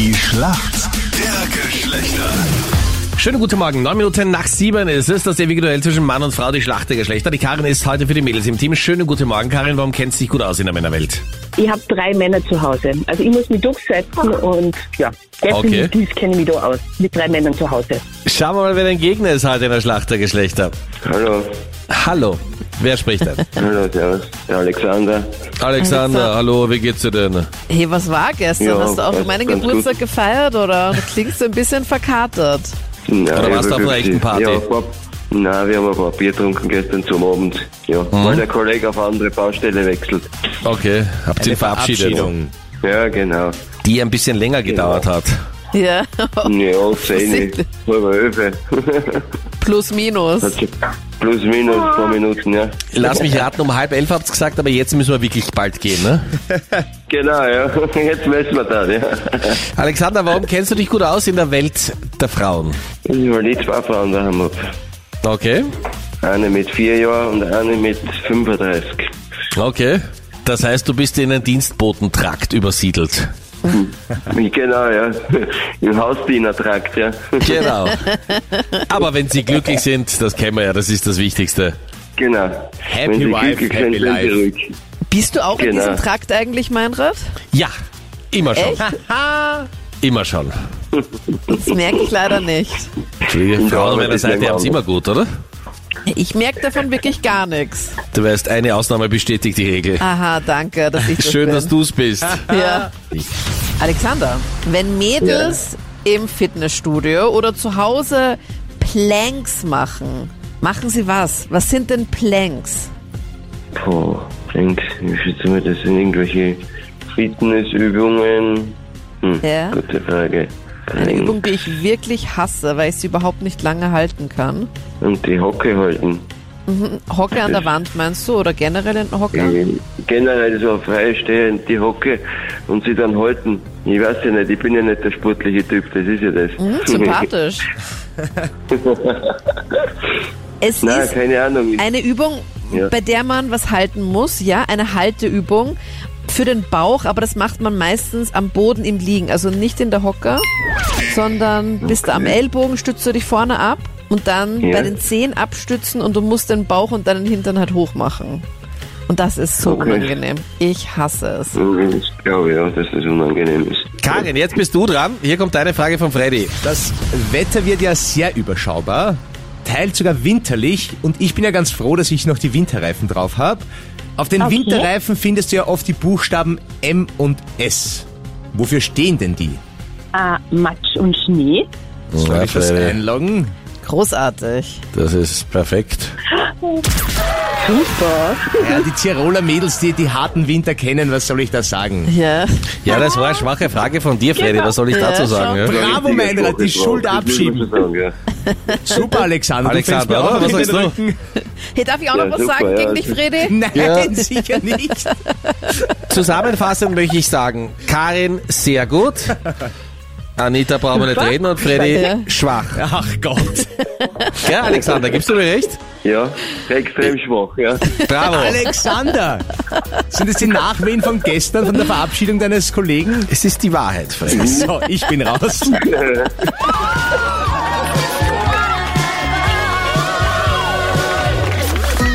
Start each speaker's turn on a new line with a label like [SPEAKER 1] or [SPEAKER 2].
[SPEAKER 1] Schlacht der Geschlechter.
[SPEAKER 2] Schönen guten Morgen. Neun Minuten nach sieben ist es, das individuell zwischen Mann und Frau die Schlacht der Geschlechter. Die Karin ist heute für die Mädels im Team. Schönen guten Morgen, Karin. Warum kennst du dich gut aus in der Männerwelt?
[SPEAKER 3] Ich habe drei Männer zu Hause. Also ich muss mich durchsetzen und ja, definitiv kenne ich mich da aus. Mit drei Männern zu Hause.
[SPEAKER 2] Schauen wir mal, wer dein Gegner ist heute in der Schlacht der Geschlechter.
[SPEAKER 4] Hallo,
[SPEAKER 2] Hallo. Wer spricht denn?
[SPEAKER 4] hallo, servus. Der Alexander.
[SPEAKER 2] Alexander,
[SPEAKER 5] Alexander.
[SPEAKER 2] hallo, wie geht's dir denn?
[SPEAKER 5] Hey, was war gestern?
[SPEAKER 4] Ja,
[SPEAKER 5] Hast du auch
[SPEAKER 4] ganz-
[SPEAKER 5] meinen
[SPEAKER 4] ganz
[SPEAKER 5] Geburtstag
[SPEAKER 4] gut.
[SPEAKER 5] gefeiert oder? Du klingst ein bisschen verkatert.
[SPEAKER 4] Na,
[SPEAKER 2] Oder warst du auf einer echten Party?
[SPEAKER 4] Ja, ein paar, nein, wir haben ein paar Bier getrunken gestern zum Abend. Ja,
[SPEAKER 2] Mhm.
[SPEAKER 4] weil der Kollege auf eine andere Baustelle wechselt.
[SPEAKER 2] Okay, habt ihr verabschiedet?
[SPEAKER 6] Verabschiedung.
[SPEAKER 4] Ja, genau.
[SPEAKER 2] Die ein bisschen länger gedauert hat.
[SPEAKER 5] Ja,
[SPEAKER 4] Ja, sehe ich.
[SPEAKER 5] Sicher.
[SPEAKER 4] Halber Öfe.
[SPEAKER 5] plus minus.
[SPEAKER 4] Hat schon Also Plus, minus, ein paar Minuten, ja.
[SPEAKER 2] Lass mich raten, um halb elf habt's gesagt, aber jetzt müssen wir wirklich bald gehen, ne?
[SPEAKER 4] Genau, ja. Jetzt messen wir das, ja.
[SPEAKER 2] Alexander, warum kennst du dich gut aus in der Welt der Frauen?
[SPEAKER 4] Weil ich zwei Frauen daheim habe.
[SPEAKER 2] Okay,
[SPEAKER 4] Eine mit vier Jahren und eine mit 35.
[SPEAKER 2] okay. Das heißt, du bist in den Dienstbotentrakt übersiedelt.
[SPEAKER 4] Genau, ja. Im Hausdienertrakt, ja.
[SPEAKER 2] Genau. Aber wenn sie glücklich sind, das kennen wir ja, das ist das Wichtigste.
[SPEAKER 4] Genau.
[SPEAKER 6] Happy
[SPEAKER 4] Wenn Sie
[SPEAKER 6] wife,
[SPEAKER 4] glücklich
[SPEAKER 6] happy
[SPEAKER 4] sind, sind Sie
[SPEAKER 6] life.
[SPEAKER 4] ruhig.
[SPEAKER 5] Bist du auch in
[SPEAKER 4] Genau.
[SPEAKER 5] diesem Trakt eigentlich, Meinrad?
[SPEAKER 2] Ja, immer schon.
[SPEAKER 5] Echt?
[SPEAKER 2] Immer schon.
[SPEAKER 5] Das merke ich leider nicht.
[SPEAKER 2] Die Frauen an
[SPEAKER 4] Arbeit
[SPEAKER 2] meiner
[SPEAKER 4] ist nicht
[SPEAKER 2] Seite
[SPEAKER 4] mehr
[SPEAKER 2] haben es immer
[SPEAKER 4] anders.
[SPEAKER 2] gut, oder?
[SPEAKER 5] Ich merke davon wirklich gar nichts.
[SPEAKER 2] Du weißt, eine Ausnahme bestätigt die Regel.
[SPEAKER 5] Aha, danke, dass ich Ah, das
[SPEAKER 2] Schön,
[SPEAKER 5] bin.
[SPEAKER 2] dass du's bist.
[SPEAKER 5] Ja. Alexander, wenn Mädels im Fitnessstudio oder zu Hause Planks machen, machen sie was? Was sind denn Planks?
[SPEAKER 4] Puh, denkt, ich schätze mal, das sind irgendwelche Fitnessübungen. Hm,
[SPEAKER 5] Ja.
[SPEAKER 4] Gute Frage.
[SPEAKER 5] Eine
[SPEAKER 4] Mhm.
[SPEAKER 5] Übung, die ich wirklich hasse, weil ich sie überhaupt nicht lange halten kann.
[SPEAKER 4] Und die Hocke halten.
[SPEAKER 5] Hocke an der Wand meinst du oder generell in Hocke?
[SPEAKER 4] Ähm, Generell so freistehend, die Hocke und sie dann halten. Ich weiß ja nicht, ich bin ja nicht der sportliche Typ, das ist ja das.
[SPEAKER 5] Hm, sympathisch. es
[SPEAKER 4] Nein,
[SPEAKER 5] ist
[SPEAKER 4] keine Ahnung. Ich,
[SPEAKER 5] eine Übung,
[SPEAKER 4] Ja.
[SPEAKER 5] bei der man was halten muss, ja, eine Halteübung für den Bauch, aber das macht man meistens am Boden im Liegen, also nicht in der Hocker, sondern bist du am Ellbogen, stützt du dich vorne ab und dann
[SPEAKER 4] Ja.
[SPEAKER 5] bei den Zehen abstützen und du musst den Bauch und deinen Hintern halt hoch machen. Und das ist so
[SPEAKER 4] Okay.
[SPEAKER 5] unangenehm. Ich hasse es.
[SPEAKER 4] ich glaube ja, dass das unangenehm ist.
[SPEAKER 2] Karin, jetzt bist du dran. Hier kommt deine Frage von Freddy.
[SPEAKER 6] Das Wetter wird ja sehr überschaubar, teils sogar winterlich und ich bin ja ganz froh, dass ich noch die Winterreifen drauf habe. Auf den Winterreifen findest du ja oft die Buchstaben M und S. Wofür stehen denn die?
[SPEAKER 3] Ah, Matsch und Schnee.
[SPEAKER 6] Soll ich das
[SPEAKER 2] Freddy.
[SPEAKER 6] einloggen?
[SPEAKER 5] Großartig.
[SPEAKER 2] Das ist perfekt.
[SPEAKER 6] Ja, die Tiroler Mädels, die die harten Winter kennen, was soll ich da sagen?
[SPEAKER 5] Ja.
[SPEAKER 2] Ja, das war eine schwache Frage von dir, Freddy. Was soll ich
[SPEAKER 5] Ja,
[SPEAKER 2] dazu sagen? Ja?
[SPEAKER 6] Bravo, Meinrad, die Schuld abschieben.
[SPEAKER 4] Sagen, ja.
[SPEAKER 6] Super, Alexander.
[SPEAKER 2] Alexander,
[SPEAKER 6] du fängst mir
[SPEAKER 2] oder?
[SPEAKER 6] auch
[SPEAKER 2] Was
[SPEAKER 6] noch in den
[SPEAKER 2] sagst
[SPEAKER 6] Rücken.
[SPEAKER 5] Hey, darf ich auch
[SPEAKER 4] Ja,
[SPEAKER 5] noch was
[SPEAKER 4] super,
[SPEAKER 5] sagen
[SPEAKER 4] ja. also
[SPEAKER 5] gegen dich, Fredi?
[SPEAKER 6] Nein,
[SPEAKER 2] Ja.
[SPEAKER 6] sicher nicht.
[SPEAKER 2] Zusammenfassend möchte ich sagen, Karin sehr gut. Anita brauchen wir nicht reden und
[SPEAKER 5] Ja.
[SPEAKER 2] Freddy schwach.
[SPEAKER 6] Ach Gott.
[SPEAKER 2] Ja, Alexander, gibst du mir recht?
[SPEAKER 4] ja, extrem schwach, ja.
[SPEAKER 2] Bravo.
[SPEAKER 6] Alexander, sind es die Nachwehen von gestern, von der Verabschiedung deines Kollegen?
[SPEAKER 2] Es ist die Wahrheit, Freddy.
[SPEAKER 6] So, ich bin raus.